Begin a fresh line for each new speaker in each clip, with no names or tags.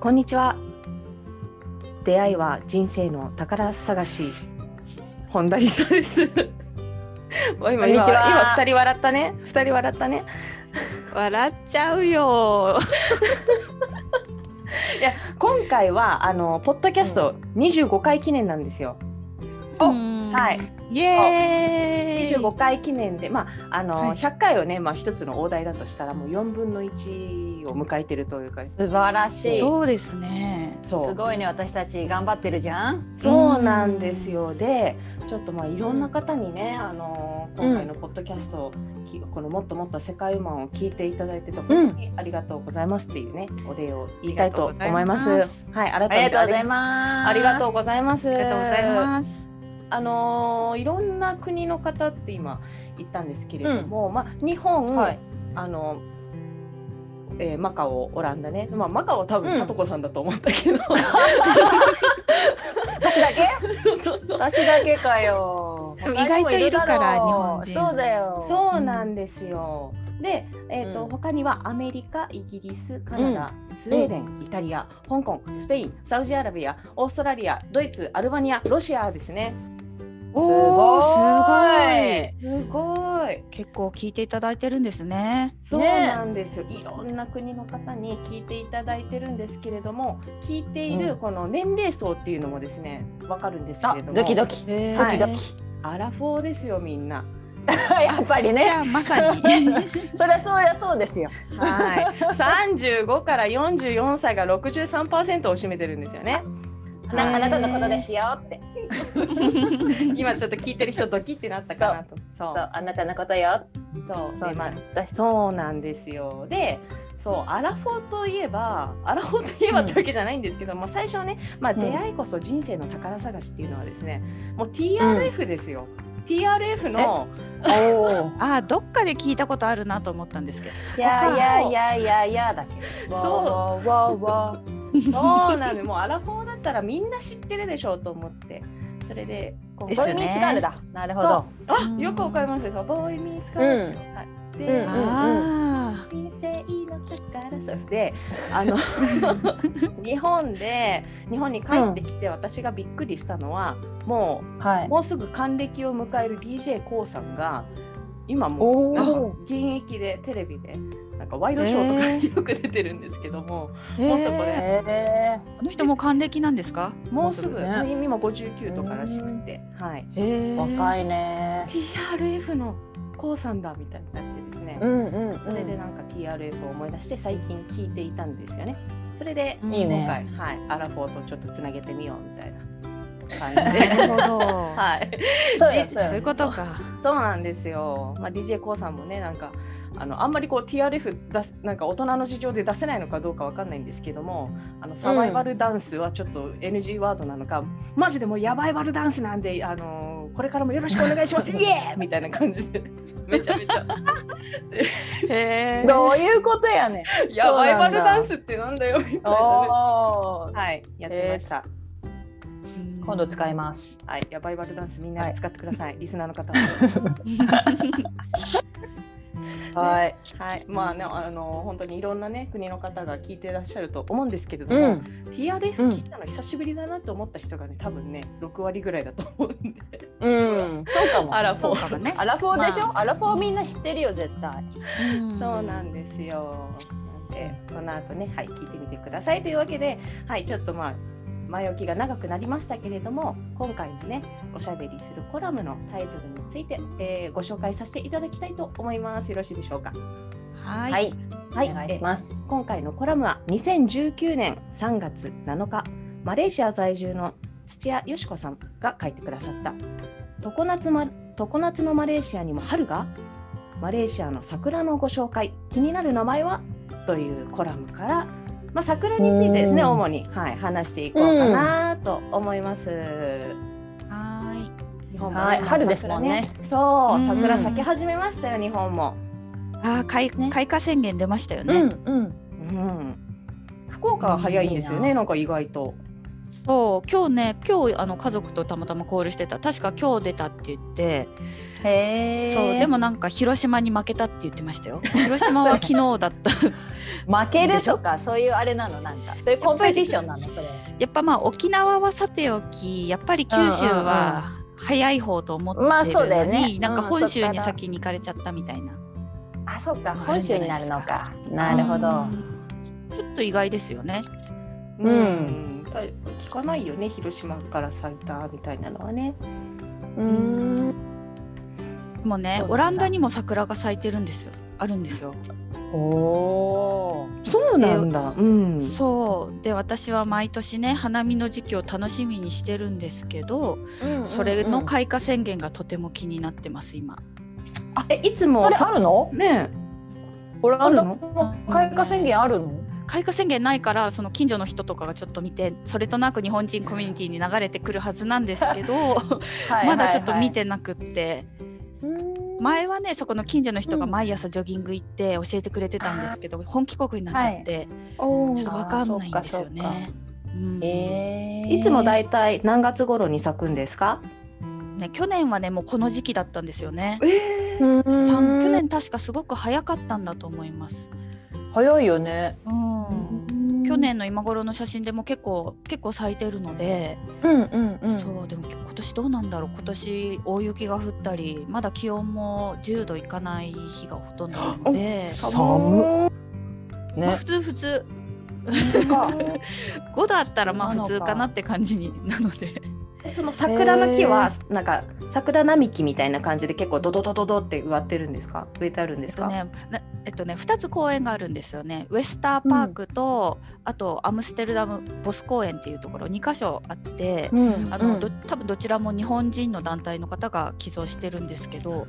こんにちは。出会いは人生の宝探し。本田理沙です。 お
こ
今今
んにち
今
は
二人笑ったね。二人笑ったね。
笑っちゃうよ
いや今回はあのポッドキャスト25回記念なんですよ。
お
はい
イエーイ
25回記念でまああの、
はい
100回をねまあ一つの大台だとしたらもう4分の1を迎えてるというか。
素晴らしい
そうですね
そう
すごいね私たち頑張ってるじゃん
そうなんですよでちょっとまあいろんな方にね、あのー
うん
今回のポッドキャストをき、この「もっともっと世界ウーマン」を聞いていただいてて本当にありがとうございますっていうねお礼を言いたいと思います。
あり
はい改
がとう
め
あり
て
がとうございます
ありがとうございます。あ
ありがとうござい
す。
ます
あのーいろんな国の方って今言ったんですけれども、まあ日本、
はい
あのえーマカオオランダね、まあ、マカオは多分
うん
さとこさんだと思ったけど、
私だけ
そうそう
私だけかよ
でも意外といるから
他にもいるだろう
日本人
そうだよ
そうなんですよ。で、えっ、と、
うん
他にはアメリカ、イギリス、カナダ、スウェーデン、イタリア、香港、スペイン、サウジアラビア、オーストラリア、ドイツ、アルバニア、ロシアですね。
おーすごい
すごい。
結構聞いていただいてるんですね
そうなんですよ、いろんな国の方に聞いていただいてるんですけれども、聞いていうる
ん
この年齢層っていうのもですね、わかるんですけ
あ
れども。
ドキドキ
え
ド
は
キ
い
ドキ
アラフォーですよ、み んな。
やっぱり
じ
ね
ゃあま さに
そりゃそうやそうですよ
はい、三十五から四十四歳が六十三パーセントを占めてるんですよね。
あなあなたのことですよって
今ちょっと聞いてる人ドキってなったかなと。そ
そうあなたのことよ
う、そう、
そう
でまあ
私
そうなんですよ。で、そうアラフォーといえば、アラフォーといえばってわけじゃないんですけど、まあ最初ね、まあ
うん
出会いこそ人生の宝探しっていうのはですね、もう TRF ですよ。TRF の
おお
あーどっかで聞いたことあるなと思ったんですけど
いやいやいやいやいやだけど
そう
わーわー
そうなんで、もうアラフォーだったらみんな知ってるでしょうと思って、それで今
で
ボー
す
イ
よね
ミーツガールだなるほど
あよくわかりましたよ。ボーイミーツカーですよ。はい。で、
うん
あ
人生の宝探しで、あの日本で日本に帰ってきて私がびっくりしたのは、も
は
うもうすぐ還暦を迎える d j k o さんが今も
おー
うなんか現役でテレビでなんかワイドショーとか
え
によく出てるんですけども、
ー
もうそこで
え
え
ーあの人も還暦なんですか
もうすぐ、
ね
もう今59とからしくて、はい。
ー、
えー
若いね
TRF の k o さんだみたいになってですね。
んうん、
それでなんか TRF を思い出して最近聞いていたんですよね。それで
うん
今
いいね
回、はい、アラフォーとちょっとつなげてみようみたいな感じで。
なるほど。
はい、
そうよそう
そういう
よ
ことか。
そうなんですよ。まあ、DJ コ o さんもね、なんか、あの、あんまりこう TRF 出す、なんか大人の事情で出せないのかどうかわかんないんですけども。あの、サバイバルダンスはちょっと NG ワードなのか、マジでもうやばいバルダンスなんで、あのこれからもよろしくお願いします。 イエーイみたいな感じで、 めちゃめちゃ。
へえ。
どういうことやねん
やばいバルダンスってなんだよみたいな、ね。
おー
はい、やってました。
今度使います
はい、やばいバルダンスみんなで使ってください、リスナーの方は。
はい
はい、まあね、あの本当にいろんなね、国の方が聞いてらっしゃると思うんですけれど
う
も、
ん
TRF
うん
聞いたの久しぶりだなと思った人がね、多分ね、6割ぐらいだと思うんで。
うんそうかも
あら、
そうかもね。。
アラフォーでしょ、アラフォーみんな知ってるよ絶対
そうなんんですよ。なんで、この後ね、はい、聞いてみてくださいというわけで、はい、ちょっとまあ。前置きが長くなりましたけれども今回のねおしゃべりするコラムのタイトルについて、えーご紹介させていただきたいと思いますよろしいでしょうか
は。
はいい、
はい。
はい、
お願いします
え今回のコラムは2019年3月7日、マレーシア在住の土屋よしこさんが書いてくださった。常夏ま常夏のマレーシアにも春がマレーシアの桜のご紹介気になる名前はというコラムから、まあ、桜についてですね
うん
主に、はい、話していこうかなと思います。
は
日本
はい
今
春ですもんね
桜そうう、
ん
桜咲き始めましたよ、日本も。
ーい。ああ、開、
ね
開花宣言出ましたよ
う
ね。
んうん。
うん。福岡は早いんですよ
い
ね、
い
なんか意外と。
そう今日ね今日あの家族とたまたまコールしてた確か今日出たって言って、
へえ。
そうでもなんか広島に負けたって言って ましたよ広島は昨日だった
負けるとかそういうあれなのなんかそういうコンペティションなのそれ。
やっぱまあ沖縄はさておきやっぱり九州は早い方と思ってるのに、
まあそうだよね
なんか
うん
本州に
そっから
先に行かれちゃったみたいな、
あそっか
本州になるの
か。
なるほちょっと意外ですよね
うん
うんた聞かないよね、広島から咲いたみたいなのはね。
うーん。
でもうね
そうなんだ
オランダにも桜が咲いてるんですよあるんですよ、
おお。
そうなんだ。うん。
そうで私は毎年ね花見の時期を楽しみにしてるんですけど、それの開花宣言がとても気になってます今
え、いつも
あれ
さ
あるの？
ね
オランダ
ある
も開花宣言あるの？
開花宣言ないからその近所の人とかがちょっと見てそれとなく日本人コミュニティに流れてくるはずなんですけどまだちょっと見てなくって前はねそこの近所の人が毎朝ジョギング行って教えてくれてたんですけど、本帰国になっちゃって、
お
ちょっとわかんないんですよ
あーそっか
ね。うん
えー
いつもだいたい何月頃に咲くんですか？
ね去年はねもうこの時期だったんですよね。
え
うーん
さん去年確かすごく早かったんだと思います。
早いよね。
うん去年の今頃の写真でも結構結構咲いてるので、
うんうんうん。
そうでも今年どうなんだろう今年大雪が降ったりまだ気温も10度いかない日がほとんどなので、
寒
ま あ、
ね
普。通普通
か
5度あったらま
そ
あ
うなの
普
か
通かなって感じになので
その桜の木はなんか桜並木みたいな感じで結構ドドドドドって植わってるんですか？植えてあるんで
えっ
す
と
か？
ね なえっとね2つ公園があるんですよねウェスターパークと、あとアムステルダムボス公園っていうところ2か所あって。
うん
あの
うん
ど多分どちらも日本人の団体の方が寄贈してるんですけど、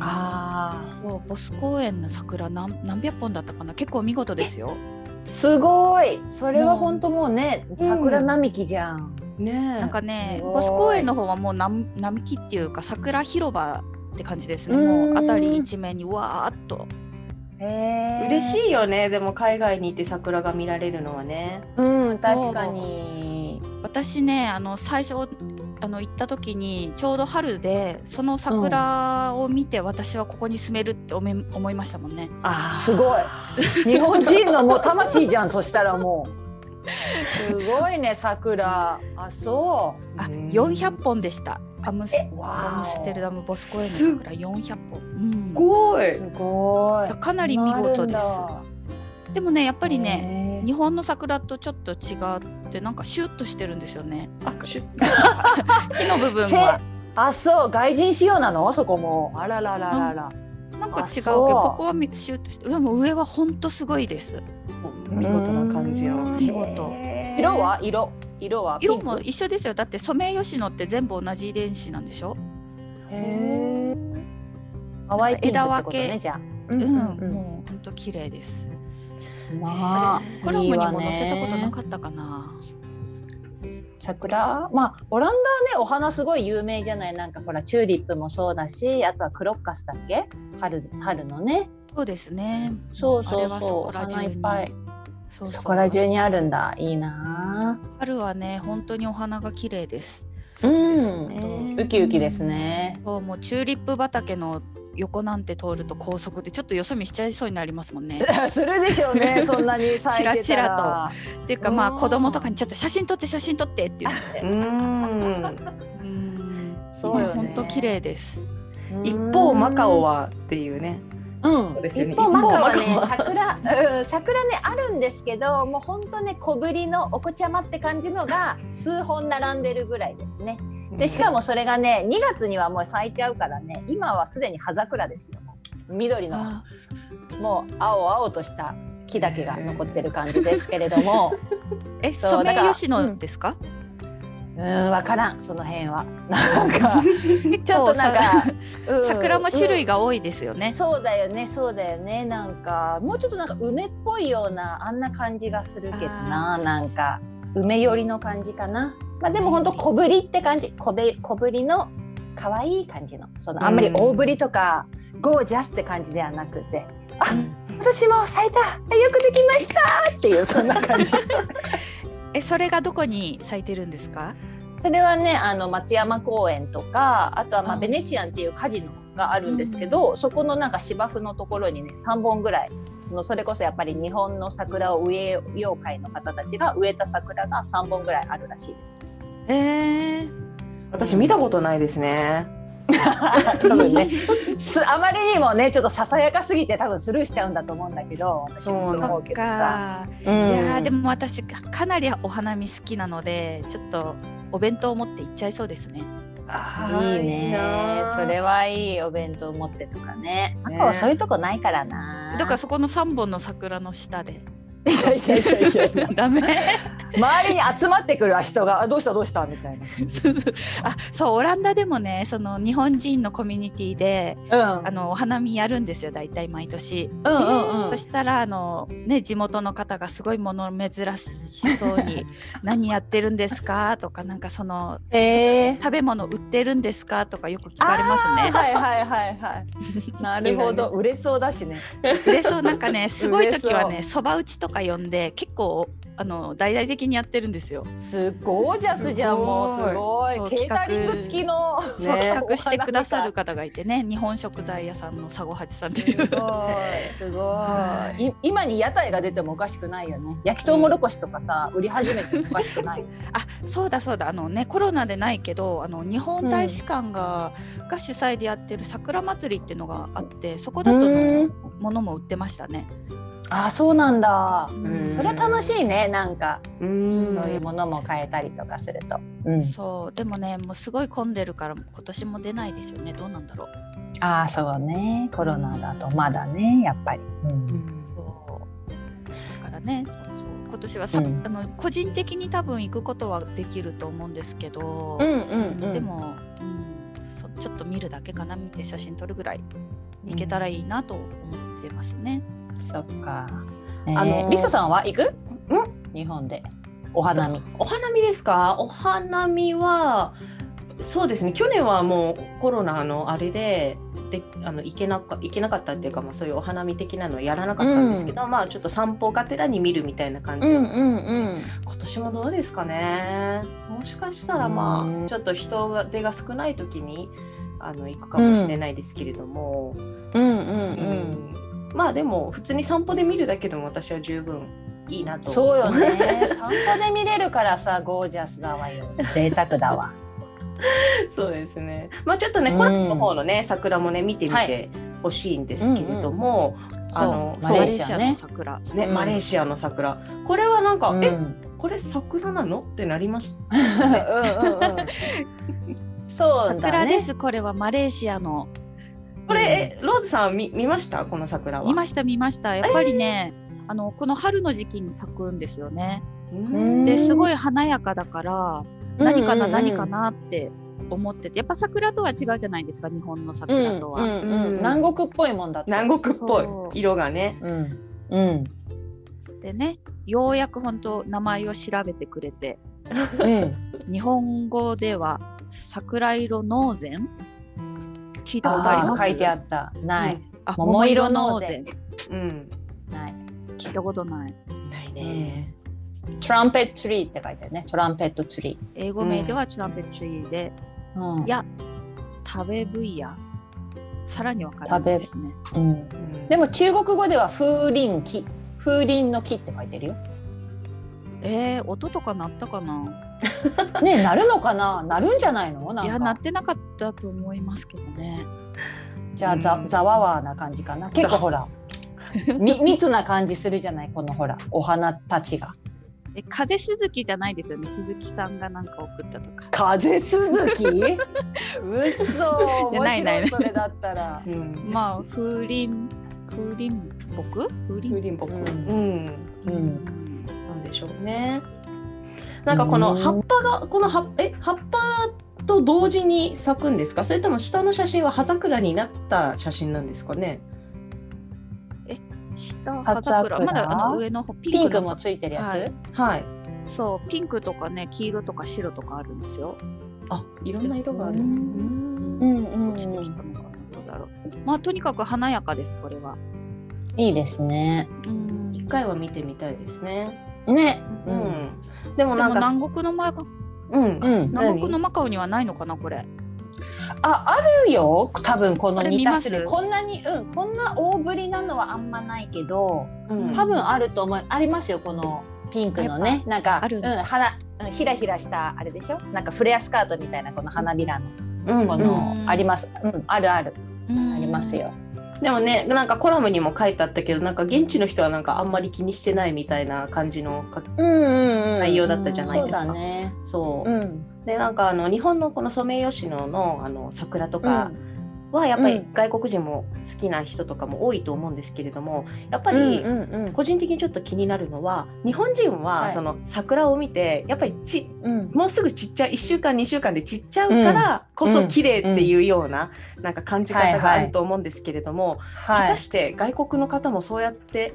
あ
もうボス公園の桜何何百本だったかな結構見事ですよ。
あ。すごい。それは本当もうね桜並木じゃん。
ねえ。
なんかね
すごい
ボス公園の方はもう並並木っていうか桜広場って感じですね
うーん
もう辺り一面にわーっと
へー
嬉しいよね。でも海外に行って桜が見られるのはね。
うん確かに。
私ねあの最初あの行った時にちょうど春でその桜を見て私はここに住めるって思い思いましたもんね。
あー
すごい。日本人のもう魂じゃん そしたらもうすごいね桜あそ
あ
うん
400本でしたアムス
う
ア
わ
ムステ
ー
ルダムボス公園の桜400本。うん
すごい。
すごい
かなり見事です。
や
でもねやっぱりね、
ね
日本の桜とちょっと違ってなんかシュッとしてるんですよね
あ、シュッ
木の部分
せ
は
あそう外人仕様なのそこもあららららら
なんか違うけど
あそう
ここはみシュッとしてでも上はほんとすごいです
見事な感じの。
見事
へー
色は色色はピン
色
ク
も一緒ですよだってソメイヨシノって全部同じ遺伝子なんでしょ、
へえ淡いピンクってこと
枝分
ね
け
じゃあ
う
うんん
うん
もうほんと綺麗です
まあ
コラムに
いいわ
も載せ
ね
たことなかったかな
桜まあオランダはねお花すごい有名じゃないなんかほらチューリップもそうだしあとはクロッカスだっけ春春のね
そうですね
そうそうそう
あれはそこら中
お
に
花いっぱい
そうそう
そこら中にあるんだいいな
春はね本当にお花が綺麗です
そうです
うん
ウ
ね。
キウキです ね
そうもうチューリップ畑の横なんて通ると高速でちょっとよそ見しちゃいそうになりますもん ね
するでしょうねそんなに咲いてたら
チラチラっていうかまあ
うん
子供とかにちょっと写真撮って写真撮ってって言って
うん。
うん
そうよね
本当綺麗です
一方マカオはっていうね。
うん
そうですよね
一方マカオは
一方
ね
マ
桜うん桜ねあるんですけどもう本当ね小ぶりのお子ちゃまって感じのが数本並んでるぐらいですねでしかもそれがね2月にはもう咲いちゃうからね今はすでに葉桜ですよ緑の
あ
もう青々とした木だ けが残ってる感じですけれども
え
そう
ソメ
だ
イ
から
ヨシノですか
ううん分からんその辺はなんか
結
ちょっと
構
なん
さ
か、うん
桜も種類が多いですよね。
そうだよねそうだよねなんかもうちょっとなんか梅っぽいようなあんな感じがするけどななんか梅寄りの感じかなまあでもほんと小ぶりって感じ小べ小ぶりの可愛い感じのそのあんまり大ぶりとか、ゴージャスって感じではなくてあ私も咲いたよくできましたっていうそんな感じ
えそれがどこに咲いてるんですか？
それはねあの松山公園とかあとはまあ
あ
ベネチアンっていうカジノがあるんですけど、そこのなんか芝生のところにね3本ぐらいそのそれこそやっぱり日本の桜を植えよう会の方たちが植えた桜が3本ぐらいあるらしいです。
えー、
私見たことないですね。
多分ねすあまりにもねちょっとささやかすぎて多分スルーしちゃうんだと思うんだけど私もそう
な
そ
思
っ
うけどさ。
か。
い
いやーでも私かかなりお花見好きなのでちょっとお弁当を持って行っちゃいそうですね。
いいねそれはいいお弁当持ってとかね赤はそういうとこないからな
だからそこの3本の桜の下で
いやいやいやいやいや
ダメ
周りに集まってくる人があどうしたどうしたみたい
あそうオランダでもねその日本人のコミュニティで
な。うん
あのお花見やるんですよ大体毎年。
うんうんうん
そ。したらあの、ね、地元の方がすごいもの珍しそう に「何やってるんですか?」とかなんかその
ええ
食べ物売ってるんですかとかよく聞かれますね。
はいはいはいはい。なるほど、売れそうだしね。
売れそうなん かねすごい時は
売
ねそば打ちとか呼んで結構あの大々的にやってるんですよ。
すゴージャスじゃん
すごい
もうすごい
そう
ケータリング付きの。
そう企画してくださる方がいてね日本食材屋さんの佐合八さんってい
すご
う。
いすごいい今に屋台が出てもおかしくないよね焼きとうもろこしとかさ売り始めてもおかしくない
あそうだそうだあのねコロナでないけどあの日本大使館が,、が主催でやってる桜祭りっていうのがあってそこだとのものも売ってましたね。
あそうなんだ
ん
それ楽しいねなんか
うん
そういうものも買えたりとかするとうん
そうでもねもうすごい混んでるから今年も出ないでしょうねどうなんだろう。
ああそうねコロナだとまだねやっぱり、うん
そうだからねそう今年はさ、
うん
あの個人的に多分行くことはできると思うんですけど、
ん
でも、うん、そちょっと見るだけかな見て写真撮るぐらい行けたらいいなと思ってますね。
そっか、えー、あ
あの
のリサさんは行く日本でお花見
お花見ですかお花見はそうですね去年はもうコロナのあれでであの行けなか行けなかったっていうか、まあ、そういうお花見的なのをやらなかったんですけど、まあちょっと散歩がてらに見るみたいな感じだったので、
ん
今年もどうですかねもしかしたらまあ、
うん
ちょっと人が出が少ない時にあの行くかもしれないですけれども、
うんう
うんまあでも普通に散歩で見るだけでも私は十分いいなと
そうよ ね散歩で見れるからさゴージャスだわよ贅沢だ わ
そうですね。まあちょっとね、
うん
コラボの方のね、桜もね、見てみてほしいんですけれども、あの
そうマレー
そう
シアね
の桜。
ね、
うん
マレーシアの桜。これはなんか、
うん、う
え、
ん
これ桜なのってなりまし
うんうんそうだ
桜で
ね
す。これはマレーシアの
た。これ、えローズさんは見見ましたこの桜は。
見ました見ました。やっぱりね、あのこの春の時期に咲くんですよね。
うん
う
で
ん
すごい華やかだから何かな何かなって思っててやっぱ桜とは違うじゃないですか日本の
うん
桜とは。
うんうん
うん
南国っぽいもんだって
南国っぽい
そう
色がね。
うんうん
でねようやく本当名前を調べてくれて
うん
日本語では桜色ノーゼン聞いたことあり
あ
ま
ー
す
書いてあったない、
あ
桃色ノーゼン
桃色
うん。
ない
ノーゼン聞いたことない
ないね。
トランペットツリーって書いてあるねトランペットツリ
英語名ではチュランペットツリーで、
ー、うん
いや食べブイヤさらにわからないですね
うん、
うん
でも中国語では風鈴木風鈴の木って書いてるよ
えー、音とか鳴ったかな
ね えなるのかななるんじゃないのない
や
ん
鳴
か
ってなかったと思いますけどね
じゃあ
う
ざ
ん
ざわわな感じかな結構ほら み密な感じするじゃないこのほらお花たちが
え風鈴木じゃないですよね鈴木さんがなんか送ったとか
風鈴木うっそ
いやないない
それだったら
うん。
まあ風鈴風鈴木風鈴
風鈴木。
う
うんん。
うん
ん
なんでしょうね。なんかこの葉っぱがこの葉え葉っぱと同時に咲くんですかそれとも下の写真は葉桜になった写真なんですかね
下葉桜まだあの上の方
ピ
ピ
ン
ンク
ク
の
もついてるや
は
つ
い
はい
そうピンクとかね黄色とか白とかあるんですよ。
あいろんな色があ
う
る
う
う
ん
ん
うんうん
こっちの人のかなどうだろう。まあとにかく華やかですこれは。
いいですね。
うん。
一回は見てみたいですね
ね
う
うん
んでも
で
な
も
んか
南国のマカ
うん
うん。
南国のマカオにはないのかなこれ。
ああるよ多分この
これ
似
見
た
ます
種類こんなにうんこんな大ぶりなのはあんまないけど
うん
多分あると思いありますよこのピンクのねなんか
ある
うん花うんひらひらしたあれでしょなんかフレアスカートみたいなこの花びらの
うん
こ
うん
の、ありますうんあるある
うん
あります。よ
でもねなんかコラムにも書いてあったけどなんか現地の人はなんかあんまり気にしてないみたいな感じのか
うんうん
内容だったじゃないですか。
そうだね
そう
うん。
でなんかあの日本のこのソメイヨシノのあの桜とか
う
はやっぱ
う
り
ん
外国人も好きな人とかも多いと思うんですけれどもやっぱ
ん
り
うんうん
個人的にちょっと気になるのは日本人
は
はいその桜を見てやっぱりち
うん。
もうすぐちっちゃい1週間2週間でちっちゃうからこそ綺麗っていうようななんか感じ方があると思うんですけれども果
は
た
い
して外国の方もそうやって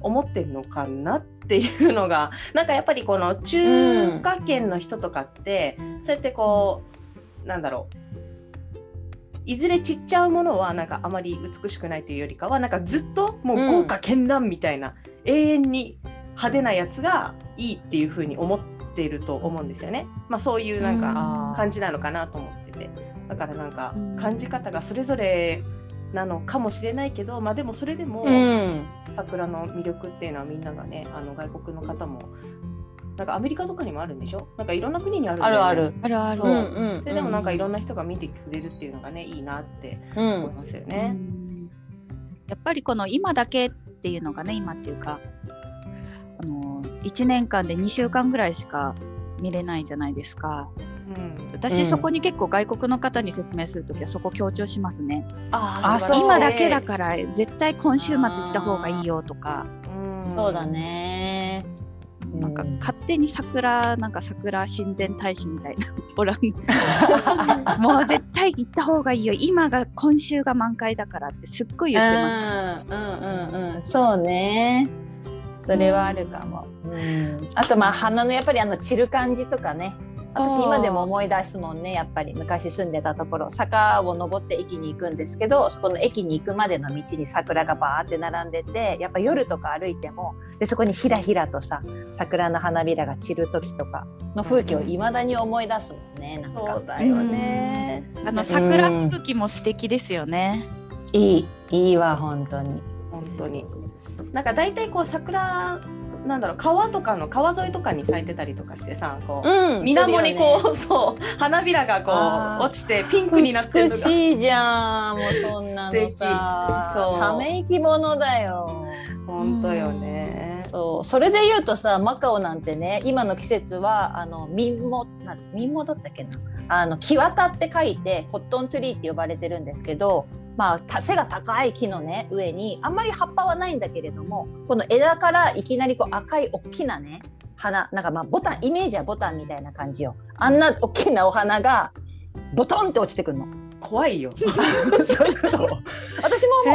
思ってんのかなっていうのが なんかやっぱりこの中華圏の人とかって、そうやってこうなんだろういずれちっちゃうものはなんかあまり美しくないというよりかはなんかずっともう豪華絢爛みたいな、永遠に派手なやつがいいっていうふうに思っていると思うんですよね。まあ、そういうなんか、
うん
感じなのかなと思っててだからなんか
うん
感じ方がそれぞれなのかもしれないけど、まあでもそれでも
うん。
桜の魅力っていうのはみんながねあの外国の方もなんかアメリカとかにもあるんでしょなんかいろんな国にあるんだ
あ
よね
るある
あるある。
そう
うん。
それでもなんかいろんな人が見てくれるっていうのがねいいなって
う
思い
ん。
ますよ
う
ね。
んやっぱりこの今だけっていうのがね今っていうかあの1年間で2週間ぐらいしか見れないじゃないですか
うん
私、
うん
そこに結構外国の方に説明するときはそこ強調しますね
あー
あ
素晴らしい
今だけだから絶対今週末行った方がいいよとか
うん
そうだね
うん
なんか勝手に桜なんか桜親善大使みた いなオランダもう絶対行った方がいいよ今が今週が満開だからってすっごい言ってます
うんうんうん。
そうねそれはあるかも、あとまあ花のやっぱりあの散る感じとかね
あ
私
ー
今でも思い出すもんねやっぱり昔住んでたところ坂を登って駅に行くんですけどそこの駅に行くまでの道に桜がバーって並んでてやっぱ夜とか歩いてもでそこにひらひらとさ桜の花びらが散る時とかの風景を未だに思い出すもんねなん
そう
か
だよね。
あの桜吹雪も素敵ですよね。
いいいいわ本当に
本当になんか大体こう桜なんだろう川とかの川沿いとかに咲いてたりとかしてさこう、
うん。
水面にこう、 そう花びらが
あ
こ
ー
う落ちてピンクになってる
美
のが
しいじゃんもうそんなのさ
素敵そう
ため息ものだよ
本当よね
そうそれで言うとさマカオなんてね今の季節はあのミンモなミンモだったっけなあの木綿って書いてコットントゥリーって呼ばれてるんですけど、まあ、た背が高い木のね上にあんまり葉っぱはないんだけれどもこの枝からいきなりこう赤い大きなね花なんかまあボタンイメージはボタンみたいな感じよあんな大きなお花がボトンって落ちてくるの。
怖いよ
そうそう私も
へ
もう
ー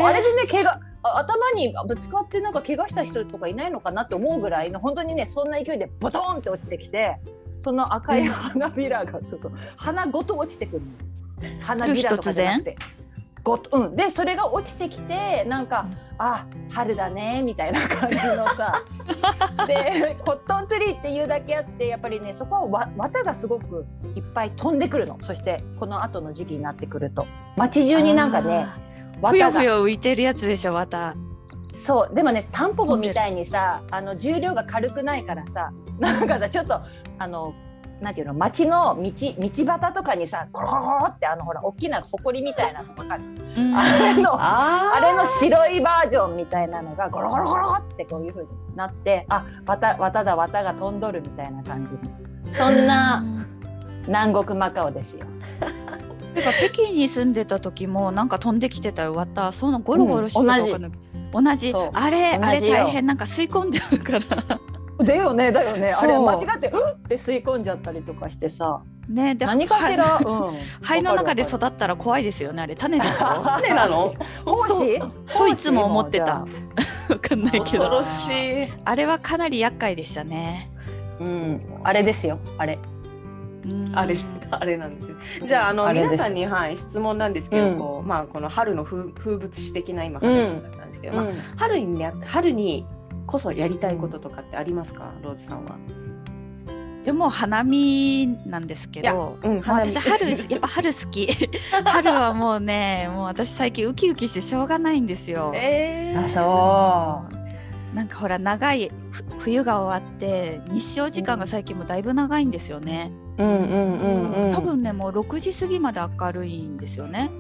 あれでね怪我あ頭にぶつかってなんか怪我した人とかいないのかなって思うぐらいの本当にねそんな勢いでボトンって落ちてきてその赤い花びらが、そうそう花ごと落ちてくるの花びらとかじゃなくて。ごとうん、でそれが落ちてきてなんか「あ春だね」みたいな感じのさでコットンツリーっていうだけあってやっぱりねそこはわ綿がすごくいっぱい飛んでくるのそしてこの後の時期になってくると街中になんかね
あー。ふ
綿
よ
が
ふよ浮いてるやつでしょ、綿。
そうでもねタンポポみたいにさあの重量が軽くないからさなんかさちょっとあのなんていうの街の道道端とかにさコロコロコロってあのほら大きな埃みたいなのわかる
うん
あれのあ
あ
れの白いバージョンみたいなのがゴロゴロゴロってこういう風になってあ綿綿だ綿が飛んどるみたいな感じそんな南国マカオですよ。
てか北京に住んでた時もなんか飛んできてたよ綿そのゴロゴロしてたのかな同じ
そう
あれ
同じよ
あれ大変なんか吸い込んでるから
だよねだよねあれ
そう
間違ってうっって吸い込んじゃったりとかしてさ
ねで
何かしら、
は
うん
肺の中で育
わか
ったら怖いですよねあれ種でし
るわ
ょ
かる
種 なの
胞子
といつも思ってた分かんないけ
恐
ど
ろしい。
あれはかなり厄介でしたね
うんあれですよあれ
うん
あれあれなんですよ。じゃああの
あれです
皆さんにはい質問なんですけど、
うん
こうまあこの春の風風物詩的な今話だったんですけど、まあ
うん
春にね春にこそやりたいこととかってありますか、ローズさんは？
でも花見なんですけ
いや
ど
うん
まあ
花見
私春やっぱ春好き春はもうねもう私最近ウキウキしてしょうがないんですよ。
えー、
あ
なんかほら長いふ冬が終わって日照時間が最近もだいぶ長いんですよね、
そううんうんうんうん
多分ねもう6時過ぎまで明るいんですよね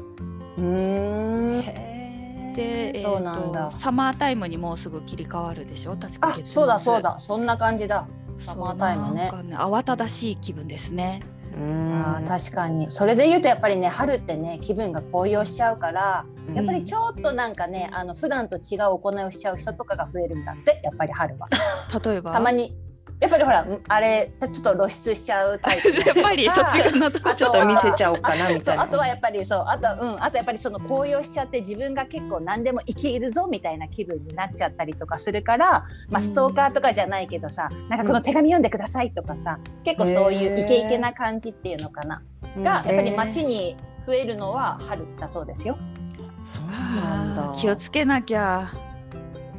うーん
へー
で、え
そう
ー
なんだ
とサマータイムにもうすぐ切り替わるでしょ確か
あ
月
そうだ
末
そうだそんな感じだ
そう
サマータイムね
なんかね慌ただしい気分ですね
うん
あー確かにそれで言うとやっぱりね春ってね気分が高揚しちゃうからやっぱりちょっとなんかねあの普段と違う行いをしちゃう人とかが増えるんだってやっぱり春は
例えば
たまにやっぱりほらんあれちょっと露出しちゃうタイプ
やっぱりそっちがなと
あ
ちょっと見せちゃおうかなみ
そ
た
う
いな。
あとはやっ ぱりそうあとはうんあとやっぱりその高揚しちゃって自分が結構何でも生きるぞみたいな気分になっちゃったりとかするから、まあ、ストーカーとかじゃないけどさ、なんかこの手紙読んでくださいとかさ結構そういうイケイケな感じっていうのかな、
うん
がやっぱり街に増えるのは春だそうですよ。
そうなん
あー。
だ
気をつけなきゃ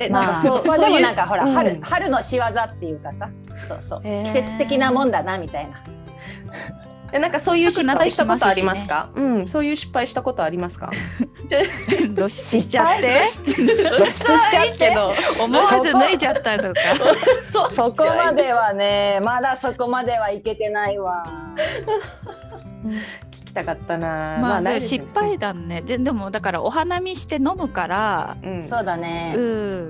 え
まあ、そうまあでもなんかほら、
うん
春春の仕業っていうかさそうそう、
へー
季節的なもんだなみたいな。
えなんかそういう失敗したことあります
よく
か？うん、そういう失敗したことありますか？
露出しちゃって
露出しちゃうけど、
思わず脱いじゃったとか
そ
そこまではねまだそこまではいけてないわ。
聞きたかったな。
まあ、
ない
で
です
失
よね
敗談ねででもだからお花見して飲むから
うん
そうだね。
う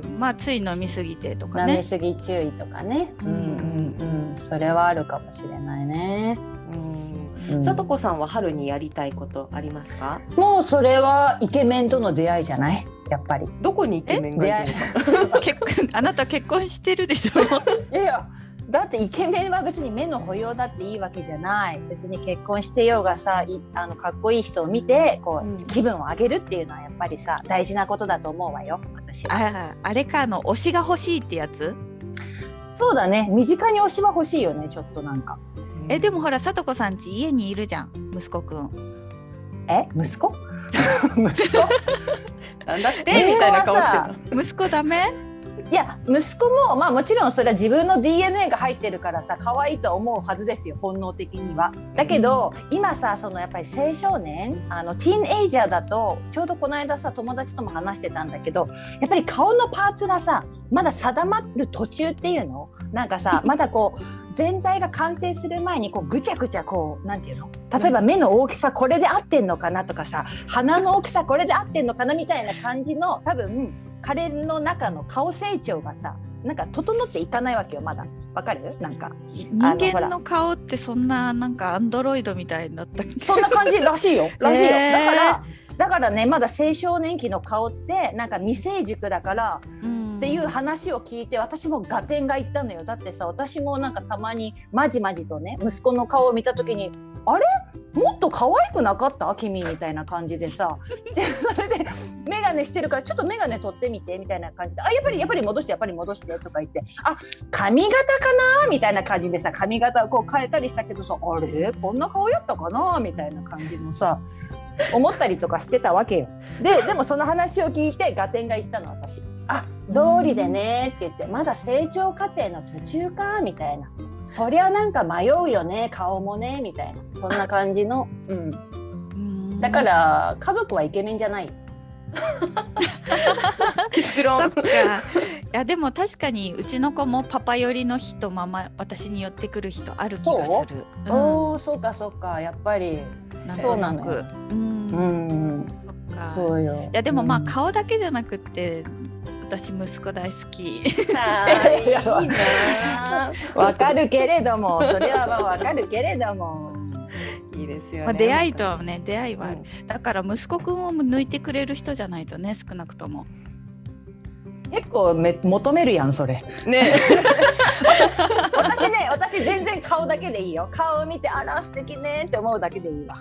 んまあつい飲みすぎてとか
飲み
ね
すぎ注意とかね。
う
うんんうんうん、それはあるかもしれないね。
うん
うん
さとこさんは春にやりたいことありますか？
もうそれはイケメンとの出会いじゃない？やっぱり。
どこにイケメンがいるの か。
結婚あなた結婚してるでしょ
いやいや。だってイケメンは別に目の保養だっていいわけじゃない別に結婚してようがさいあのかっこいい人を見てこ
うん
う気分を上げるっていうのはやっぱりさ大事なことだと思うわよ私は
ああれかあの推しが欲しいってやつ
そうだね身近に推しは欲しいよねちょっとなんか
えでもほらさとこさんち家にいるじゃん息子くん
え息子息子
なんだってみ
え
たいな顔してた。
息 子ダメ
いや息子もまあもちろんそれは自分の DNA が入ってるからさ可愛いとは思うはずですよ本能的には。だけど、今さそのやっぱり青少年あのティーンエイジャーだとちょうどこの間さ友達とも話してたんだけどやっぱり顔のパーツがさまだ定まる途中っていうのなんか さまだこう全体が完成する前にこうぐちゃぐちゃこうなんていうの例えば目の大きさこれで合ってんのかなとかさ鼻の大きさこれで合ってんのかなみたいな感じの多分彼の中の顔成長がさなんか整っていかないわけよまだわかるなんか
人
あのほ
間
ら
の顔ってそんななんかアンドロイドみたいになったっけ
そんな感じらしい よらしいよ、
えー
だからだからねまだ青少年期の顔ってなんか未成熟だから
うん
っていう話を聞いて私も合点がいったのよだってさ私もなんかたまにまじまじとね息子の顔を見た時に「あれもっと可愛くなかった君」みたいな感じでさでそれで「眼鏡してるからちょっと眼鏡取ってみて」みたいな感じで「あやっぱりやっぱり戻してやっぱり戻して」とか言って「あ髪型かな?」みたいな感じでさ髪型をこう変えたりしたけどさ「あれこんな顔やったかな?」みたいな感じのさ思ったりとかしてたわけよ。ででもその話を聞いて合点がいったの私。あ道理でねって言ってまだ成長過程の途中かみたいなそりゃなんか迷うよね顔もねみたいなそんな感じ の、うん、
うん
だから家族はイケメンじゃない
そ
結
っ
論。
かいやでも確かにうちの子もパパ寄りの日とママ私に寄ってくる日とある気が
そ
する
おおそうかそうかやっぱり
うんなん
そ
と
うな
な
の
く
よ
うん
ん
そっか
うよ
いやでもまあ
うん
顔だけじゃなくって私息子大好き
はい
いや
いいな。
わかるけれどもそれはまあわかるけれども
いいですよ
まあ
ね。
出会いとはね出会いはあ
う
る、
ん。
だから息子くんを抜いてくれる人じゃないとね少なくとも
結構め求めるやんそれ
ね。
私ね私全然顔だけでいいよ顔を見てあら素敵ねって思うだけでいいわ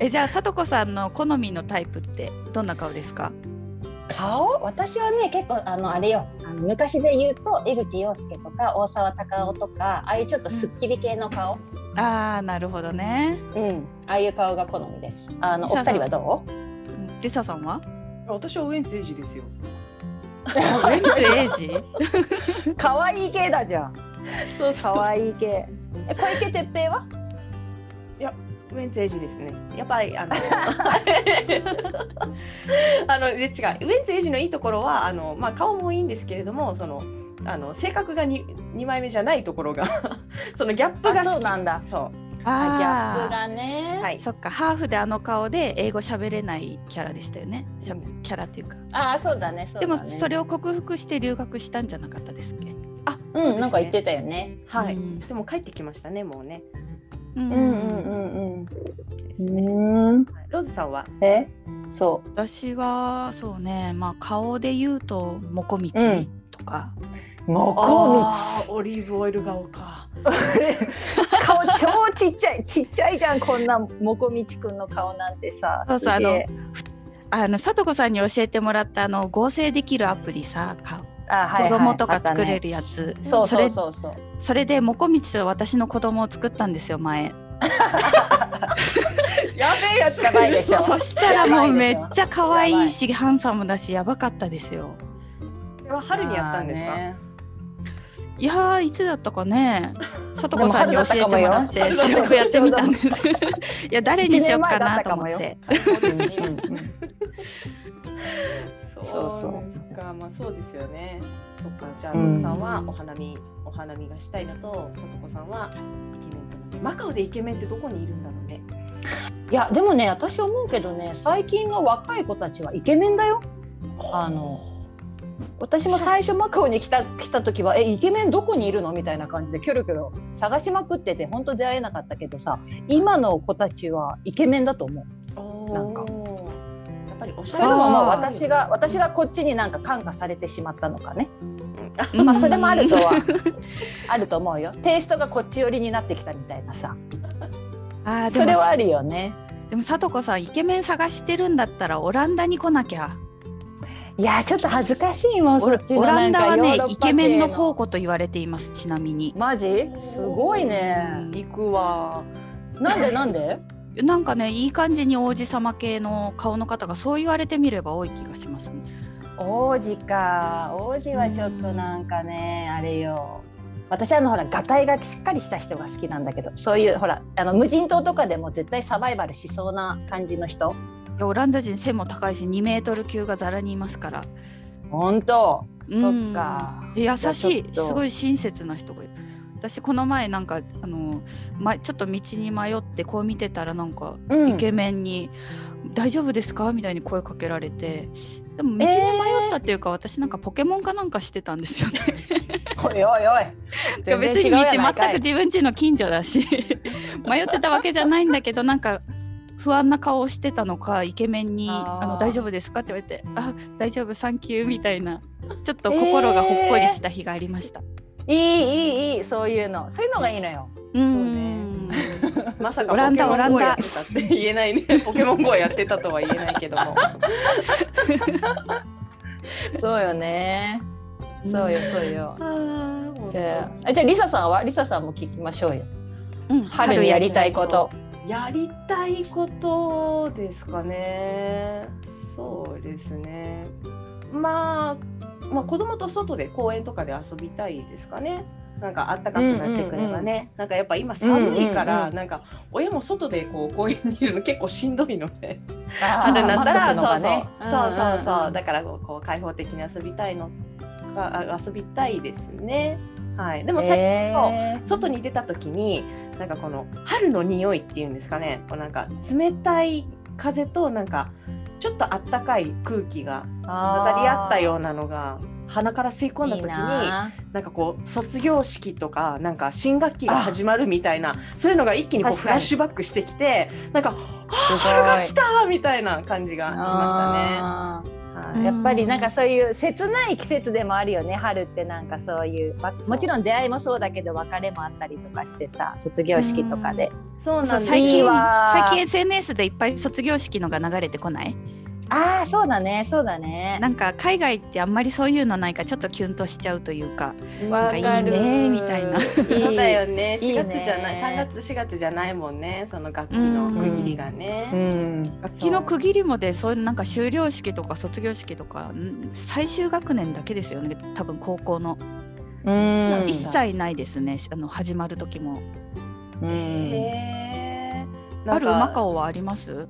えじゃあさとこさんの好みのタイプってどんな顔ですか
顔私はね結構あのあれよあの昔で言うと江口洋介とか大沢たかおとかああいうちょっとすっきり系の顔
ああなるほどね
うんああいう顔が好みですあのお二人はどう
うんリサさんは
私はウエンツエイジですよ。
ウエンツエイジ
可愛い系だじゃん
そう
可愛い系え小池徹平は
ウエンツエイジですね。やっぱりあのあのいや違うウエンツエイジのいいところはあのまあ顔もいいんですけれどもそのあの性格がに二枚目じゃないところが そのギャップ
あ
が好き
そうなんだ
そう
ギャッ
あ
プ
あ
がね、
はい
そっかハーフであの顔で英語喋れないキャラでしたよねしゃ
う
キャラっていうか
ああそうだねそう
で
だ
も
ね
それを克服して留学したんじゃなかったですっけ
あ
うん、なんか言っ
そ
て
う
たよね。
ですねはい、
うん
でも帰ってきましたねもうね
うん
ん
ですね
うん。
はいローズさんは
え、そ
私はそうねまあ顔で言うとモコミチ
うん
とか、
う。も
あーオリーブオイル顔か
顔超ちっちゃい、ちっちゃいじゃん、こんなもこみちくんの顔なんてさ。
そうそう
すげえ
あのさとこさんに教えてもらったあの合成できるアプリさか
あ、はい、は
子
い。
供とか作
あ
れ
ったね。
るやつ、
そう
そ
そう
れ
そうそう。
それでもこみちと私の子供を作ったんですよ前
やべえやつ
やばいでしょ
そしたらもう
やば
め
いで
っ
しょ
ちゃ可愛いしハンサムだしやばかったですよ
それは春にやったんですか、
まあね
いやーいつだった かねさと
で
こ
も
さ
春
んに
だ
教
った
えて
か
も
もよ
らって
春だった
試
かも
食やってみたんですいや誰にしようかなと思って
うんうんうん
そううですか、まあそうですよね。そっか、じゃあ、ロンさんはお花見、お花見がしたいのと、さとこさんはイケメンってなんだマカオでイケメンってどこにいるんだろうね。
いや、でもね、私思うけどね、最近の若い子たちはイケメンだよ。あの。私も最初マカオに来た来た時は「えイケメンどこにいるの?」みたいな感じでキョロキョロ探しまくってて本当出会えなかったけどさ今の子たちはイケメンだと思う。
おー
なんか
やっぱりおし
そ
ゃ
れ
れ
で
な
もまあ
あー
私が私がこっちになんか感化されてしまったのかね。
うん
まあそれもあるとは あると思うよ。テイストがこっち寄りになってきたみたいなさ。
あーで
そ
も
れはあるよね。
でもさとこさんイケメン探してるんだったらオランダに来なきゃ
いやちょっと恥ずかしいもん。
オラオランダはねイケメンの宝
方
庫と言われていますちなみに
マジすごいね。
行くわ。
なんでなんで
なんかねいい感じに王子様系の顔の方がそう言われてみれば多い気がしますね
王子か王子はちょっとなんかねあれよ私あのほらガタイがしっかりした人が好きなんだけどそういうほらあの無人島とかでも絶対サバイバルしそうな感じの人
いやオランダ人背も高いし2メートル級がざらにいますから
本当
う
そ
ん
っか
で優し
ちょっ
いす
と
ごい親切な人がいる私この前なんかあの、ま、ちょっと道に迷ってこう見てたらなんか、
うん
イケメンに「大丈夫ですか?」みたいに声かけられてでも道に迷ったっていうか、私なんかポケモンかなんかしてたんで すよね。
おいおいおい
いや
全然
別に
違う
道
やない
全
か
く
い
自分家の近所 だし迷ってたわけじゃないんだけどなんか不安な顔をしてたのかイケメンに「
あー
あの大丈夫ですか?」って言われて「あ大丈夫サンキュー」みたいなちょっと心がほっこりした日がありました。
いいいいいいそういうのそういうのがいいのよ
うーん
ねまさか
オランダ
ポケモ
オランダ
やってたって言えないね。ポケモン GO やってたとは言えないけども。
そうよねそうよそうよじゃ
あ
あえじゃあリサさんはリサさんも聞きましょうよ
うん
春にやりたいこと
やりたいことですかね。そうですね。まあ、まあ、子供と外で公園とかで遊びたいですかね。なんか暖かくなってくればね、なんかやっぱ今寒いから、
うんうんうん
なんか親も外でこう公園にいるの結構しんどいので、
あ
あるんだったら、
待っ
そう
とくのが
そう
ね、
そうそうそ
ん
う、
んん
だからこうこう開放的に遊びたいのかあ遊びたいですね。はい、でも最
えー
外に出た時になんかこの春の匂いっていうんですかねこうなんか冷たい風となんかちょっとあったかい空気が混ざり合ったようなのが鼻から吸い込んだ時に
いい
な
なん
かこう卒業式とかなんか新学期が始まるみたいなそういうのが一気にこう
確かに
フラッシュバックしてきてなんか「あー
すごい
春が来た!」みたいな感じがしましたね。
あーはいやっぱりなんかそういう切ない季節でもあるよね春ってなんかそういうわもちろん出会いもそうだけど別れもあったりとかしてさ卒業式とかで、
そう
そう
な
ん
です
最
いい
近
わ
最近 SNS でいっぱい卒業式のが流れてこない
ああそうだねそうだね
なんか海外ってあんまりそういうのないからちょっとキュンとしちゃうというか
わかる
なんかいいねみたいな
そうだよ
い
ね
い
4月じゃない
ね
3月4月じゃないもんねその楽器の区切りがね、
ん。
楽器の区切りもでそういうなんか修了式とか卒業式とかん最終学年だけですよね多分高校の、
うん
一切ないですねあの始まる時も
うん。
へーな
あ
ん
る
か
マカオはあります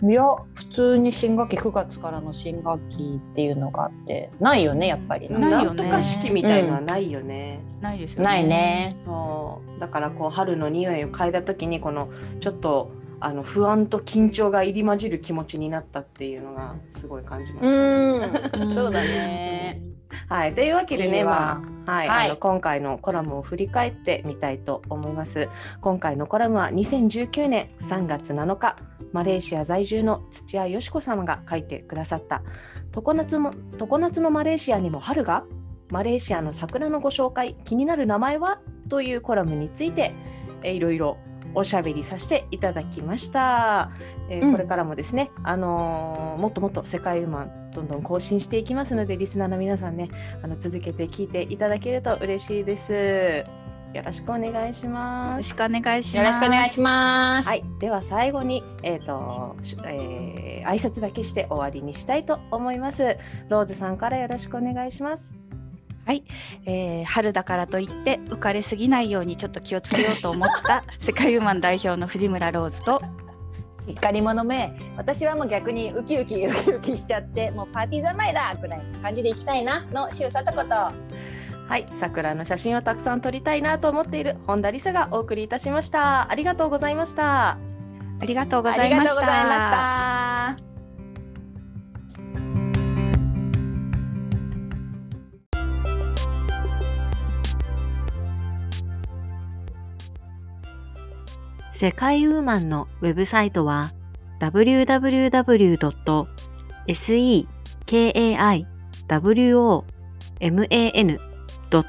いや、普通に新学期9月からの新学期っていうのがあって、ないよね、やっぱり。
な
ないん
よね
とか式みたいのはないよね。
ないですよね
ないね。
そうだからこう春の匂いを嗅いだ時にこのちょっとあの不安と緊張が入り混じる気持ちになったっていうのがすごい感じました。
ん。
ん
そうだね。
はい、というわけでね
いいわ
まあはい
はい
あの今回のコラムを振り返ってみたいと思います。今回のコラムは2019年3月7日マレーシア在住の土屋よし子様が書いてくださった「常夏も常夏のマレーシアにも春が?」「マレーシアの桜のご紹介気になる名前は?」というコラムについてえーいろいろおしゃべりさせていただきました。えー
うん
これからもですね、あのーもっともっと世界ウーマンどんどん更新していきますのでリスナーの皆さんねあの続けて聞いていただけると嬉しいです。よろしくお願いし
よ
ま
ろ
す。
しくお願いし
よろ
ま
し
す
くお願いします。
はい、では最後に、えーとしえー挨拶だけして終わりにしたいと思います。ローズさんからよろしくお願いします。
えー春だからといって浮かれすぎないようにちょっと気をつけようと思った世界ウーマン代表の藤村ローズと
しっかり者め私はもう逆にウキウキウキウキしちゃってもうパーティー三昧だくらいの感じでいきたいなのしゅうさとこと
はい、桜の写真をたくさん撮りたいなと思っている本田理沙がお送りいたしました。ありがとうございました。
ありがとうご
あ
ざ
り
いま
が
し。
とうございましたた。
世界ウーマンのウェブサイトは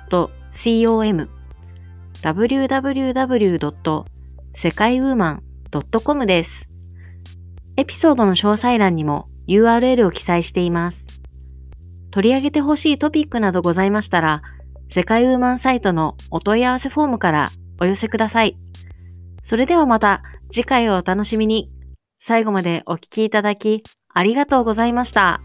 www.sekaiwoman.com www.sekaiwoman.com です。エピソードの詳細欄にも URL を記載しています。取り上げてほしいトピックなどございましたら、世界ウーマンサイトのお問い合わせフォームからお寄せください。それではまた次回をお楽しみに。最後までお聞きいただきありがとうございました。